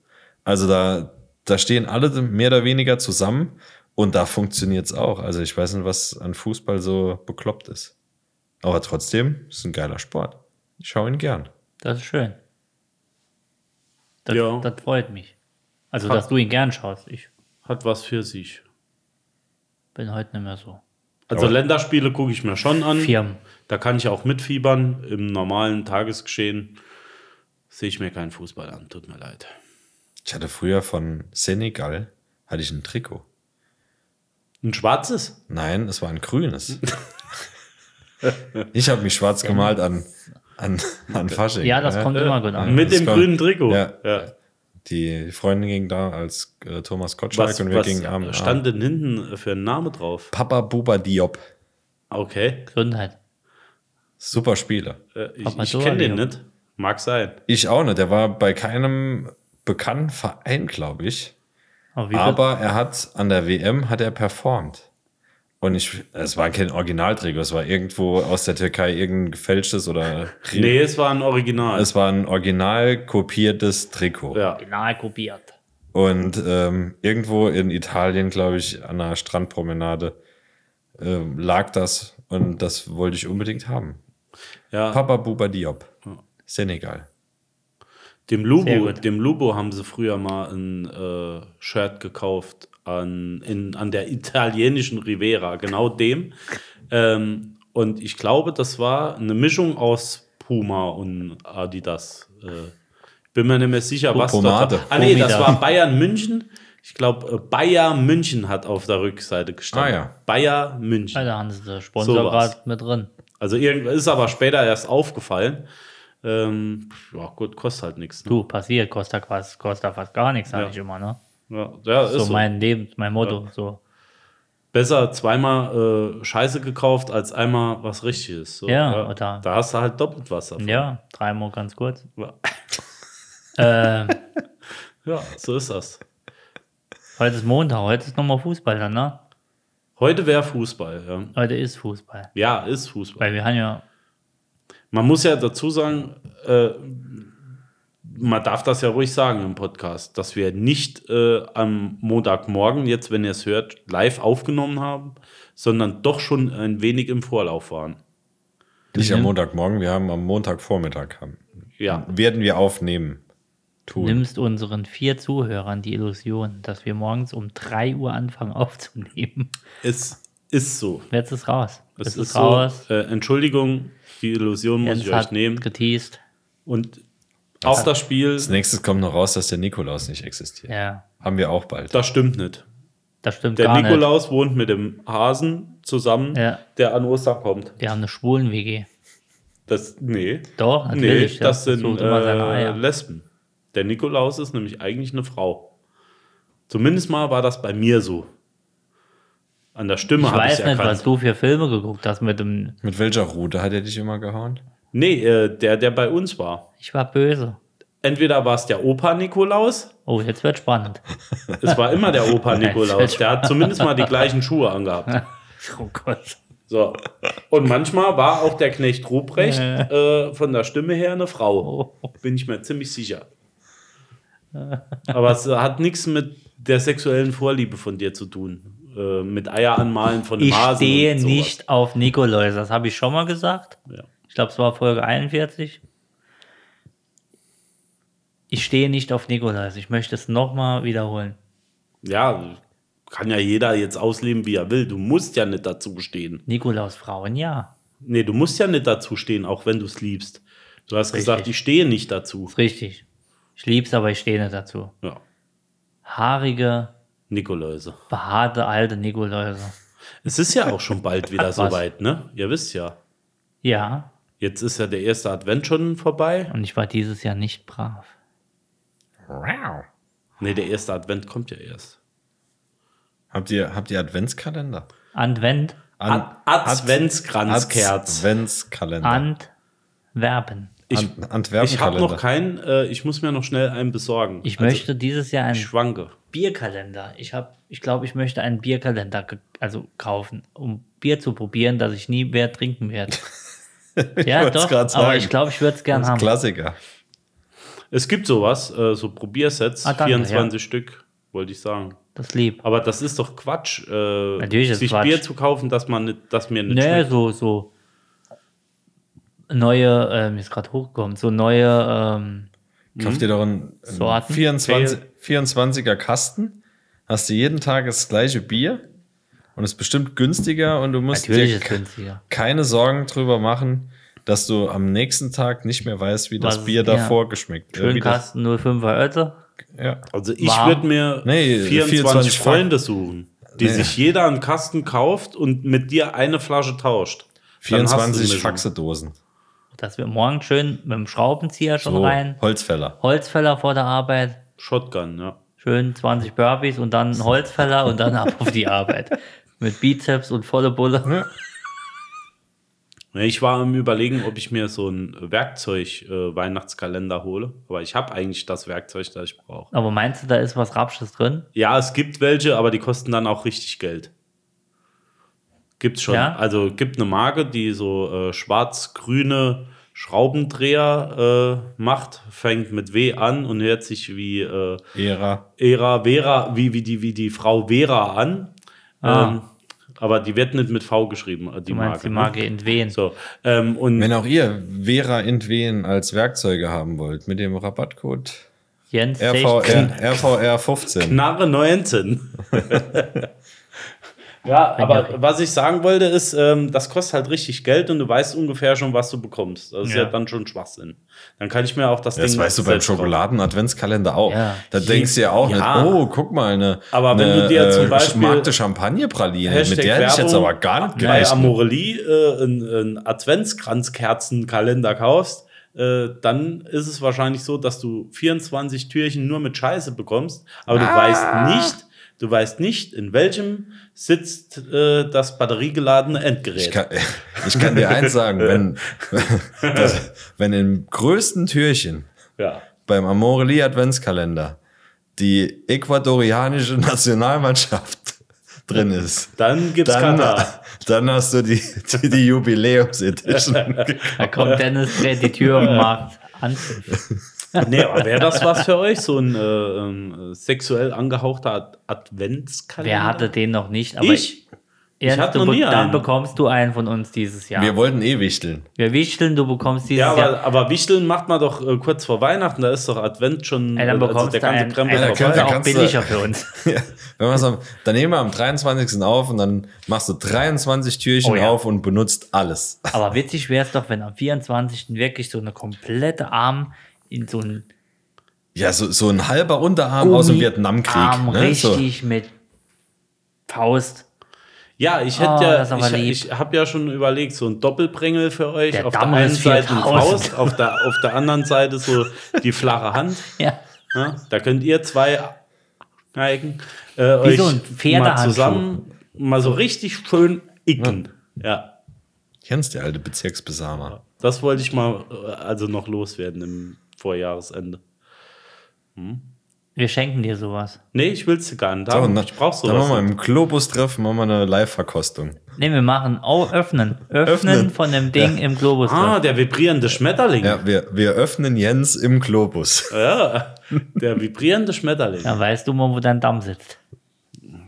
Also da, da stehen alle mehr oder weniger zusammen und da funktioniert es auch. Also ich weiß nicht, was an Fußball so bekloppt ist. Aber trotzdem ist ein geiler Sport. Ich schaue ihn gern.
Das ist schön. Das,
Ja.
das freut mich. Also, dass du ihn gern schaust. Ich
Hat was für sich.
bin heute nicht mehr so.
Also
Aber-
Länderspiele gucke ich mir schon an.
Firmen.
Da kann ich auch mitfiebern. Im normalen Tagesgeschehen sehe ich mir keinen Fußball an. Tut mir leid.
Ich hatte früher von Senegal, hatte ich ein Trikot.
Ein schwarzes?
Nein, es war ein grünes. ich habe mich schwarz gemalt an, an, an Fasching.
Ja, das kommt immer gut an.
Mit
das
dem
kommt-
grünen Trikot.
Ja. Die Freundin ging da als äh, Thomas Gottschalk
Was,
und wir
was
gingen am äh,
stand denn hinten für ein Name drauf?
Papa Buba Diop.
Okay.
Gesundheit.
Super Spieler.
Äh, Ich,
Papa
ich kenne den
Dorio.
nicht. Mag sein.
Ich auch nicht. Der war bei keinem bekannten Verein, glaube ich.
Aber wie
Aber er hat an der WM hat er performt. Und ich, es war kein Originaltrikot, es war irgendwo aus der Türkei irgendein gefälschtes oder
Nee, es war ein Original.
es war ein original kopiertes Trikot.
ja.
Original kopiert.
Und ähm, irgendwo in Italien, glaube ich, an einer Strandpromenade ähm, lag das und das wollte ich unbedingt haben.
ja.
Papa Buba Diop,
Ah.
Senegal.
Dem
Sehr
Lubo,
gut.
dem Lubo haben sie früher mal ein äh, Shirt gekauft an, in, an der italienischen Rivera, genau dem. Ähm, und ich glaube, das war eine Mischung aus Puma und Adidas. Äh, bin mir nicht mehr sicher, was
Pomade.
dort. Ah, nee, das
Pomida.
war Bayern München. Ich glaube, äh, Bayer München hat auf der Rückseite
Ah,
gestanden.
ja.
Bayer München.
Da haben sie den Sponsor
Sowas.
gerade mit drin.
Also irgendwas ist aber später erst aufgefallen. Ähm, ja, gut, kostet halt nichts. Ne?
Du, passiert, kostet ja quasi- kostet ja fast gar nichts, sage
Ja.
ich immer, ne?
Ja, ja, ist
So, mein Leben, mein Motto. So.
besser zweimal äh, Scheiße gekauft als einmal was Richtiges. So,
Ja, oder-
Da hast du halt doppelt was davon.
Ja, dreimal ganz kurz.
Ja.
ähm,
Ja, so ist das.
heute ist Montag, heute ist nochmal Fußball dann, ne?
Heute wäre Fußball. Ja.
Heute ist Fußball.
ja, ist Fußball.
Weil wir haben ja,
Man muss ja dazu sagen, äh, man darf das ja ruhig sagen im Podcast, dass wir nicht äh, am Montagmorgen, jetzt wenn ihr es hört, live aufgenommen haben, sondern doch schon ein wenig im Vorlauf waren.
Nicht am Montagmorgen, wir haben am Montagvormittag haben,
Ja,
werden wir aufnehmen. Tun.
nimmst unseren vier Zuhörern die Illusion, dass wir morgens um 3 Uhr anfangen aufzunehmen.
es ist so.
Jetzt ist raus.
Es
Jetzt
ist, so. Äh, Entschuldigung, die Illusion muss
Jens
ich euch
hat
nehmen.
geteased.
Und auch das Spiel,
Als nächstes kommt noch raus, dass der Nikolaus nicht existiert.
Ja,
Haben wir auch bald.
das stimmt nicht.
das stimmt
Der
gar nicht.
Nikolaus wohnt mit dem Hasen zusammen,
Ja.
der an Ostern kommt.
Die haben eine schwulen WG.
Das, nee.
Doch,
nee,
natürlich.
das sind
sucht immer seine
äh,
Eier.
Lesben. Der Nikolaus ist nämlich eigentlich eine Frau. Zumindest mal war das bei mir so. An der Stimme
Ich
habe ich
weiß nicht,
erkannt.
was du für Filme geguckt hast mit dem.
Mit welcher Route hat er dich immer gehauen?
Nee, äh, der, der bei uns war.
Ich war böse.
Entweder war es der Opa Nikolaus,
Oh, jetzt wird spannend.
es war immer der Opa Nikolaus. Der hat zumindest mal die gleichen Schuhe angehabt.
Oh Gott.
So. Und manchmal war auch der Knecht Ruprecht äh, von der Stimme her eine Frau.
Oh.
Bin ich mir ziemlich sicher. Aber es hat nichts mit der sexuellen Vorliebe von dir zu tun. Äh, mit Eier anmalen von
Ich
Hasen
stehe
und sowas.
nicht auf Nikoläuse. Das habe ich schon mal gesagt.
Ja.
Ich glaube, es war Folge 41. Ich stehe nicht auf Nikoläuse. Ich möchte es nochmal wiederholen.
ja, kann ja jeder jetzt ausleben, wie er will. Du musst ja nicht dazu stehen.
Nikolausfrauen, ja.
Nee, du musst ja nicht dazu stehen, auch wenn du es liebst. Du hast
Richtig.
gesagt, ich stehe nicht dazu.
Richtig. Ich lieb's, aber ich stehe nicht dazu.
Ja,
Haarige,
Nikoläuse.
behaarte alte Nikoläuse.
Es ist ja auch schon bald wieder soweit, ne? Ihr wisst ja.
Ja,
Jetzt ist ja der erste Advent schon vorbei.
und ich war dieses Jahr nicht brav.
Ne, der erste Advent kommt ja erst.
Habt ihr, habt ihr Adventskalender?
Advent,
An,
Ad Adventskranzkerz.
Adventskalender.
Antwerpen.
Ich,
An- Antwerpen-Kalender.
ich habe noch keinen, äh, ich muss mir noch schnell einen besorgen.
Ich
Also,
möchte dieses Jahr einen
Ich schwanke.
Bierkalender. Ich habe, ich glaube, ich möchte einen Bierkalender ge- also kaufen, um Bier zu probieren, dass ich nie mehr trinken werde. ja,
wollt's
doch.
grad
Aber
sagen.
ich glaube, ich würde es gern
Das ist ein
haben.
Klassiker.
Es gibt sowas, äh, so Probiersets,
Ah, danke,
24 Stück, wollte ich sagen.
Das ist lieb.
Aber das ist doch Quatsch, äh,
Natürlich ist
sich
Quatsch.
Bier zu kaufen, dass man nicht, dass mir nicht
Naja,
schmeckt.
so, so neue, äh, mir ist gerade hochgekommen, so neue, ähm,
Kauft dir doch einen, einen
Sorten.
24, 24er Kasten, hast du jeden Tag das gleiche Bier und ist bestimmt günstiger und du musst
Natürlich
dir
ist
ke-
günstiger.
keine Sorgen drüber machen, dass du am nächsten Tag nicht mehr weißt, wie das
Was-
Bier
ja.
davor geschmeckt. äh,
schönen
wie das,
Kasten 05er Ötte.
ja.
Also ich
Warm.
würde mir
Nee,
24,
24
Freunde suchen, die
Nee.
sich jeder einen Kasten kauft und mit dir eine Flasche tauscht. Dann hast du eine
24
Mischung.
Faxedosen.
Dass wir morgen schön mit dem Schraubenzieher schon
So,
rein,
Holzfäller.
Holzfäller vor der Arbeit,
Shotgun, ja.
schön 20 Burpees und dann ein Holzfäller und dann ab auf die Arbeit. Mit Bizeps und volle Bulle.
Ja, Ich war am überlegen, ob ich mir so ein Werkzeug-Weihnachtskalender hole, aber ich habe eigentlich das Werkzeug, das ich brauche.
Aber meinst du, da ist was Rapsches drin?
Ja, es gibt welche, aber die kosten dann auch richtig Geld. Gibt's schon.
Ja?
Also gibt eine Marke, die so äh, schwarz-grüne Schraubendreher äh, macht, fängt mit W an und hört sich wie äh,
Ära.
Era Vera, wie, wie, die, wie die Frau Vera an.
Ah.
Ähm, aber die wird nicht mit V geschrieben, äh, die
Du meinst
Marke.
die Marke in Wien?
Ne? So, ähm, und
Wenn auch ihr Vera Intwen als Werkzeuge haben wollt, mit dem Rabattcode
Jens 16.
RVR, RVR 15.
Knarre 19. ja, aber was ich sagen wollte, ist, ähm, das kostet halt richtig Geld und du weißt ungefähr schon, was du bekommst. Das ist ja,
Ja.
dann schon Schwachsinn. Dann kann ich mir auch das
Das
Ding.
weißt du beim
selbst kaufen.
Schokoladen-Adventskalender auch.
Ja.
Da denkst du ja auch
Ja.
nicht, oh, guck mal, eine,
Aber wenn
eine
du dir zum
äh,
Beispiel-
Markte Champagnerpraline, Äh, mit
Hashtag
der hätte ich jetzt
Werbung,
aber gar nicht
Bei
gerechnet.
Amorelie äh, einen Adventskranzkerzenkalender kaufst, äh, dann ist es wahrscheinlich so, dass du 24 Türchen nur mit Scheiße bekommst, aber
Ah.
du weißt nicht, du weißt nicht, in welchem sitzt äh, das batteriegeladene Endgerät.
Ich kann, ich kann dir eins sagen, wenn, das, wenn im größten Türchen
ja.
beim Amoreli Adventskalender die ecuadorianische Nationalmannschaft drin ist,
Dann gibt's
dann,
Katar.
dann hast du die, die, die Jubiläums-Edition.
Da kommt Dennis, dreht die Tür und macht Anpfiff.
Nee, aber wäre das was für euch? So ein äh, ähm, sexuell angehauchter Ad Adventskalender?
Wer hatte den noch nicht? Aber
Ich?
Jens,
hatte
du
noch
be-
nie
dann
einen.
bekommst du einen von uns dieses Jahr.
Wir
Wir,
wollten eh wichteln.
wichteln, du bekommst dieses
Ja, aber,
Jahr.
aber Wichteln macht man doch äh, kurz vor Weihnachten, da ist doch Advent schon
Ey, dann
äh,
bekommst du einen.
Krempel
Ey, dann
vorbei.
können wir
Da
auch
kannst du-
billiger für uns.
Ja, wenn man's am, dann nehmen wir am 23. auf und dann machst du 23 Türchen
Oh ja.
auf und benutzt alles.
Aber witzig wäre es doch, wenn am 24. wirklich so eine komplette Arm in so einen
Ja, so, so ein halber Unterarm aus dem Vietnamkrieg.
Arm
Ne? So.
richtig mit Faust.
Ja, ich hätte
Oh, das ist
ja,
aber lieb.
ich, ich habe ja schon überlegt, so ein Doppelbringel für euch.
Der
auf der
Damm
einen
ist
Seite eine
4000.
Faust, auf der, auf der anderen Seite so die flache Hand.
Ja.
Ja, da könnt ihr zwei Neigen äh,
Wie
euch
so ein
mal
Pferdehandschuh.
zusammen mal so richtig schön icken. Ja,
Kennst der alte Bezirksbesamer?
das wollte ich mal äh, also noch loswerden im Vorjahresende.
Wir schenken dir sowas.
Nee, ich will's dir gar nicht
So,
haben.
na-
ich brauch
Dann machen wir
sowas.
im Globus-Treffen machen wir eine Live-Verkostung.
Ne, wir machen oh, öffnen. öffnen.
Öffnen.
von dem Ding im Globus.
Ah, der vibrierende Schmetterling.
Ja, wir, wir öffnen Jens im Globus.
Ja, der vibrierende Schmetterling.
Dann weißt du mal, wo dein Damm sitzt.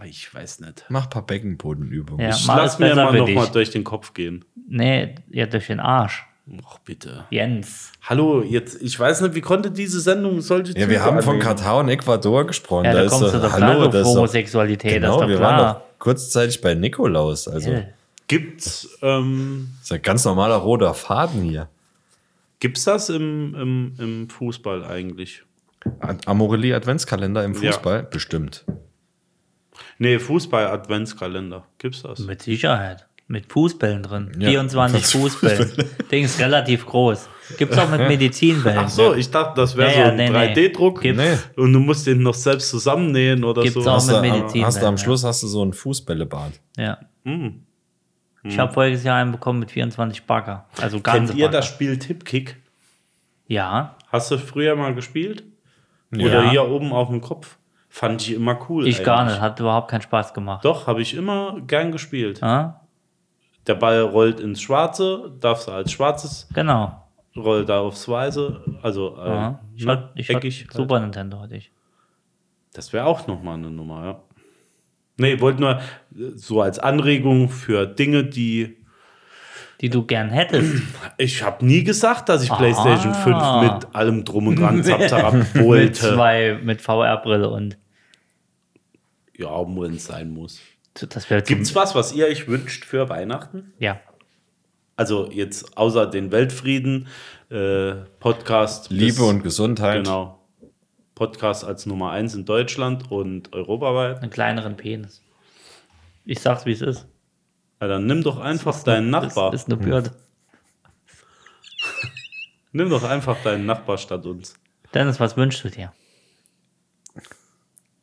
Ich weiß nicht.
Mach ein paar Beckenbodenübungen.
Ja,
Ich
mach
lass
es
mir
besser
mal
für
nochmal
dich.
durch den Kopf gehen.
Nee, ja, durch den Arsch.
Ach, bitte.
Jens.
Hallo, jetzt, ich weiß nicht, wie konnte diese Sendung solche
Ja, wir
Züge
haben von
annehmen?
Katar und Ecuador gesprochen.
Ja, da,
ist
kommst du
doch-
doch
hallo,
klar
das
auf
ist doch,
Homosexualität.
genau,
das ist
wir
doch
waren
klar.
doch kurzzeitig bei Nikolaus. Also,
Ja.
Gibt's, ähm,
ist ein ganz normaler roter Faden hier.
Gibt's das im, im, im Fußball eigentlich?
Ad- Amorelie Adventskalender im Fußball? Bestimmt.
Nee, Fußball-Adventskalender. Gibt's das?
Mit Sicherheit. Mit Fußbällen drin.
Ja.
24 Fußbällen. Ding ist relativ groß. Gibt's auch mit Medizinbällen.
Ach so, ich dachte, das wäre
Ja, ja,
so ein
nee, nee.
3D-Druck.
Gibt's.
Nee.
Und du musst den noch selbst zusammennähen oder
Gibt's
so.
auch
Hast
mit
du,
Medizin,
hast du
dann,
am
ja.
Schluss hast du so ein Fußbällebad.
Ja.
Hm.
Ich habe voriges Jahr einen bekommen mit 24 Bagger. Also ganze
Kennt ihr
Bagger.
das Spiel Tipkick?
Ja.
Hast du früher mal gespielt? Oder hier oben auf dem Kopf? Fand ich immer cool.
Ich gar
eigentlich.
nicht. Hat überhaupt keinen Spaß gemacht.
Doch, habe ich immer gern gespielt.
Ja?
Der Ball rollt ins Schwarze, darfst du als Schwarzes,
Genau.
rollt da aufs Weiße, also äh,
Ja. Ich
ne,
hatte, ich hatte
eckig.
Super Nintendo hatte ich.
Das wäre auch nochmal eine Nummer, ja. Nee, wollte nur äh, so als Anregung für Dinge, die
Die du gern hättest.
Ich habe nie gesagt, dass ich PlayStation 5 mit allem Drum und Dran zap, zap,
Ah. mit
wollte.
zwei, mit VR-Brille und
Ja, wenn es sein muss.
das wäre
Gibt's was, was ihr euch wünscht für Weihnachten?
Ja.
Also jetzt außer den Weltfrieden, äh, Podcast. bis-
Liebe und Gesundheit.
Genau. Podcast als Nummer 1 in Deutschland und europaweit.
Einen kleineren Penis. Ich sag's, wie es ist.
Ja, dann nimm doch einfach deinen Nachbar.
Ist, ist eine Bürde.
Nimm doch einfach deinen Nachbar statt uns.
Dennis, was wünschst du dir?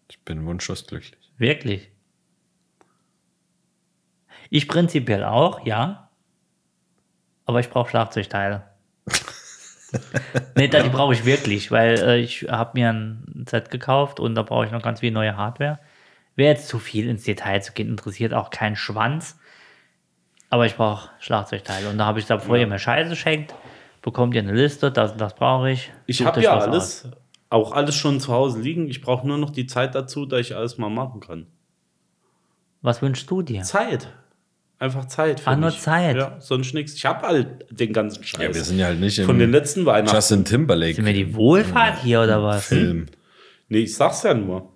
Ich bin wunschlos glücklich.
Wirklich? Ich prinzipiell auch, ja. Aber ich brauche Schlagzeugteile. nee, da- die brauche ich wirklich, weil äh, ich habe mir ein Set gekauft und da brauche ich noch ganz viel neue Hardware. Wäre jetzt zu viel ins Detail zu gehen, interessiert auch keinen Schwanz. Aber ich brauche Schlagzeugteile. Und da habe ich gesagt, bevor ihr mir Scheiße schenkt, bekommt ihr eine Liste, das und das brauche ich.
Ich
Sucht
habe
euch
ja
was
alles, auch alles schon zu Hause liegen. Ich brauche nur noch die Zeit dazu, dass ich alles mal machen kann.
Was wünschst du dir?
Zeit. Einfach Zeit. Für
Ah, nur
mich.
Zeit.
Ja, sonst nichts. Ich habe halt den ganzen Scheiß.
Ja, wir sind ja halt nicht
Von
im
den letzten Weihnachten.
Justin
Sind wir
Timberlake
die Wohlfahrt hier oder was?
Hm?
Film.
nee, ich sag's ja nur.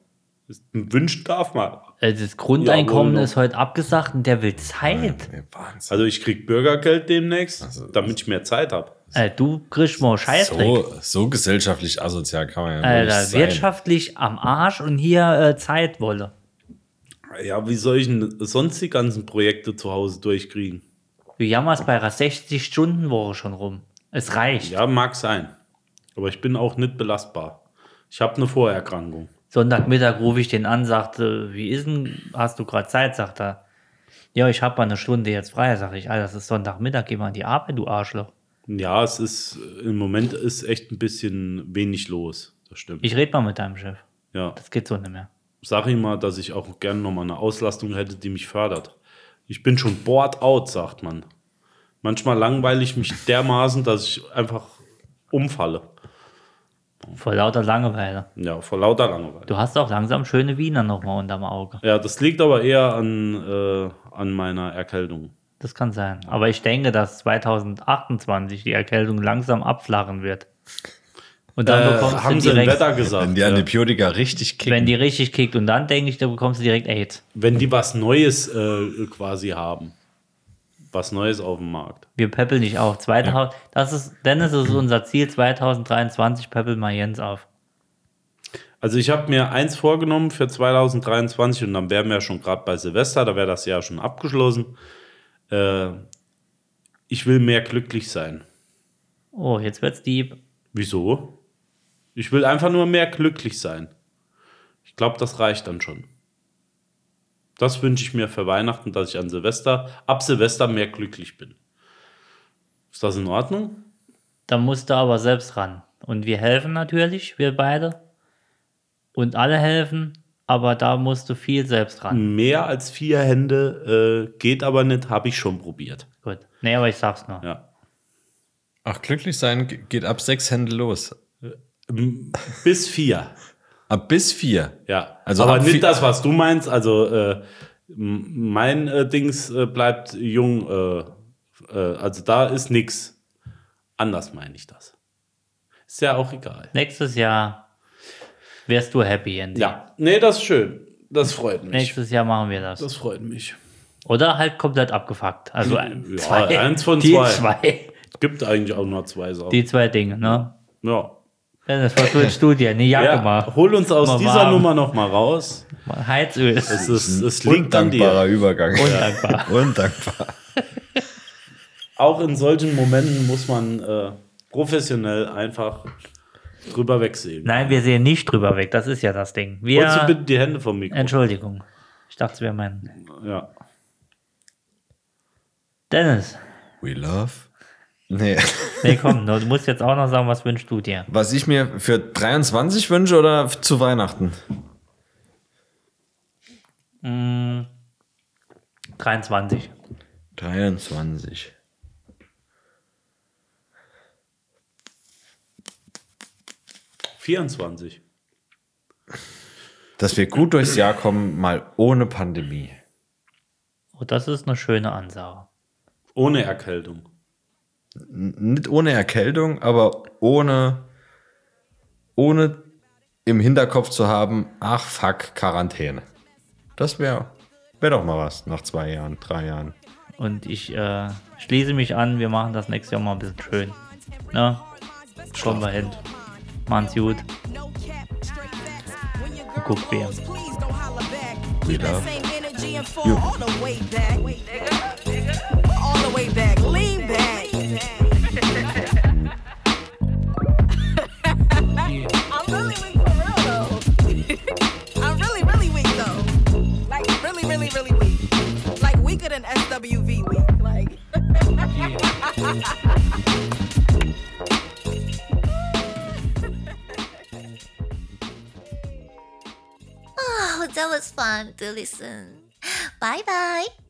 Wünschen darf man.
Äh, Das Grundeinkommen
Jawohl, doch.
ist heute abgesagt und der will Zeit.
Wahnsinn.
Also ich krieg Bürgergeld demnächst,
Also-
damit ich mehr Zeit habe.
Äh, du kriegst mal Scheißdreck.
So, so gesellschaftlich asozial kann man ja wohl
Alter,
nicht sein.
wirtschaftlich am Arsch und hier äh, Zeitwolle.
Ja, wie soll ich denn sonst die ganzen Projekte zu Hause durchkriegen?
Du jammerst bei einer 60-Stunden-Woche schon rum. Es reicht.
Ja, mag sein. Aber ich bin auch nicht belastbar. Ich habe eine Vorerkrankung.
Sonntagmittag rufe ich den an, sagte, wie ist denn, hast du gerade Zeit? Sagt er, ja, ich habe mal eine Stunde jetzt frei. Sag ich, Alter, das ist Sonntagmittag, geh mal an die Arbeit, du Arschloch.
Ja, es ist im Moment ist echt ein bisschen wenig los. Das stimmt.
Ich rede mal mit deinem Chef.
ja.
Das geht so nicht mehr.
sag ihm mal, dass ich auch gerne nochmal eine Auslastung hätte, die mich fördert. Ich bin schon bored out, sagt man. Manchmal langweile ich mich dermaßen, dass ich einfach umfalle.
Vor lauter Langeweile.
Ja, vor lauter Langeweile.
Du hast auch langsam schöne Wiener nochmal unterm Auge.
Ja, das liegt aber eher an, äh, an meiner Erkältung.
Das kann sein. Aber ich denke, dass 2028 die Erkältung langsam abflachen wird. Und dann
Äh,
bekommst du
haben sie ein
direkt,
Wetter
Wenn
gesagt.
die
ja.
Antibiotika richtig kicken.
wenn die richtig kickt, und dann denke ich, dann bekommst du direkt AIDS.
Wenn die was Neues äh, quasi haben. Was Neues auf dem Markt.
Wir peppeln nicht auf. 2000, das ist, Dennis, das ist unser Ziel. 2023 peppeln mal Jens auf.
Also ich habe mir eins vorgenommen für 2023 und dann wären wir schon gerade bei Silvester, da wäre das Jahr schon abgeschlossen. Äh, ich will mehr glücklich sein.
Oh, jetzt wird's deep.
Wieso? Ich will einfach nur mehr glücklich sein. Ich glaube, das reicht dann schon. Das wünsche ich mir für Weihnachten, dass ich an Silvester, ab Silvester mehr glücklich bin. Ist das in Ordnung?
Da musst du aber selbst ran. Und wir helfen natürlich, wir beide. Und alle helfen, aber da musst du viel selbst
Mhm.
ran.
Mehr als vier Hände äh, geht aber nicht, habe ich schon probiert.
Gut. Nee, aber ich sag's nur.
Ja.
Ach, glücklich sein ge- geht ab sechs Hände los.
Bis vier.
Ab bis vier.
Ja,
Also
also aber
ab vi-
nicht das, was du meinst. Also äh, m- mein äh, Dings äh, bleibt jung. Äh, äh, also da ist nix. Anders meine ich das. Ist ja auch egal.
Nächstes Jahr wärst du happy, Andy.
Ja, nee, das ist schön. Das freut mich.
Nächstes Jahr machen wir das.
Das freut mich.
Oder halt komplett abgefuckt. Also ein-
Ja,
zwei.
eins von
Die
zwei.
zwei.
Gibt eigentlich auch nur zwei Sachen.
Die zwei Dinge, ne?
ja.
Das was willst du dir? Eine Jacke
ja
mal.
hol uns aus
Mal
dieser
warm.
Nummer noch mal raus.
Mal Heizöl.
Es, ist, es liegt an dir.
Undankbarer Übergang.
Undankbar.
Undankbar.
Auch in solchen Momenten muss man äh, professionell einfach drüber wegsehen.
Nein, wir sehen nicht drüber weg. Das ist ja das Ding.
Holst du bitte
Wir.
die Hände vom Mikro?
Entschuldigung. Ich dachte, es wäre mein.
Ja.
Dennis.
We love. Nee.
Nee, komm, du musst jetzt auch noch sagen, was wünschst du dir?
Was ich mir für 23 wünsche oder zu Weihnachten?
23.
23.
Ja. 24.
Dass wir gut durchs Jahr kommen, mal ohne Pandemie.
Oh, das ist eine schöne Ansage.
Ohne Erkältung.
Nicht ohne Erkältung, aber ohne, ohne im Hinterkopf zu haben, ach fuck, Quarantäne. Das wäre wär doch mal was nach zwei Jahren, drei Jahren.
Und ich äh, schließe mich an, wir machen das nächstes Jahr mal ein bisschen schön. Ne? Kommen wir hin. Machen's gut.
Guck wir.
Wieder.
Jo. All the way back, lean back. I'm really weak for real though. I'm really, really weak though. Like really, really, really weak. Like weaker than SWV weak. Like.
Oh, that was fun to listen. Bye bye.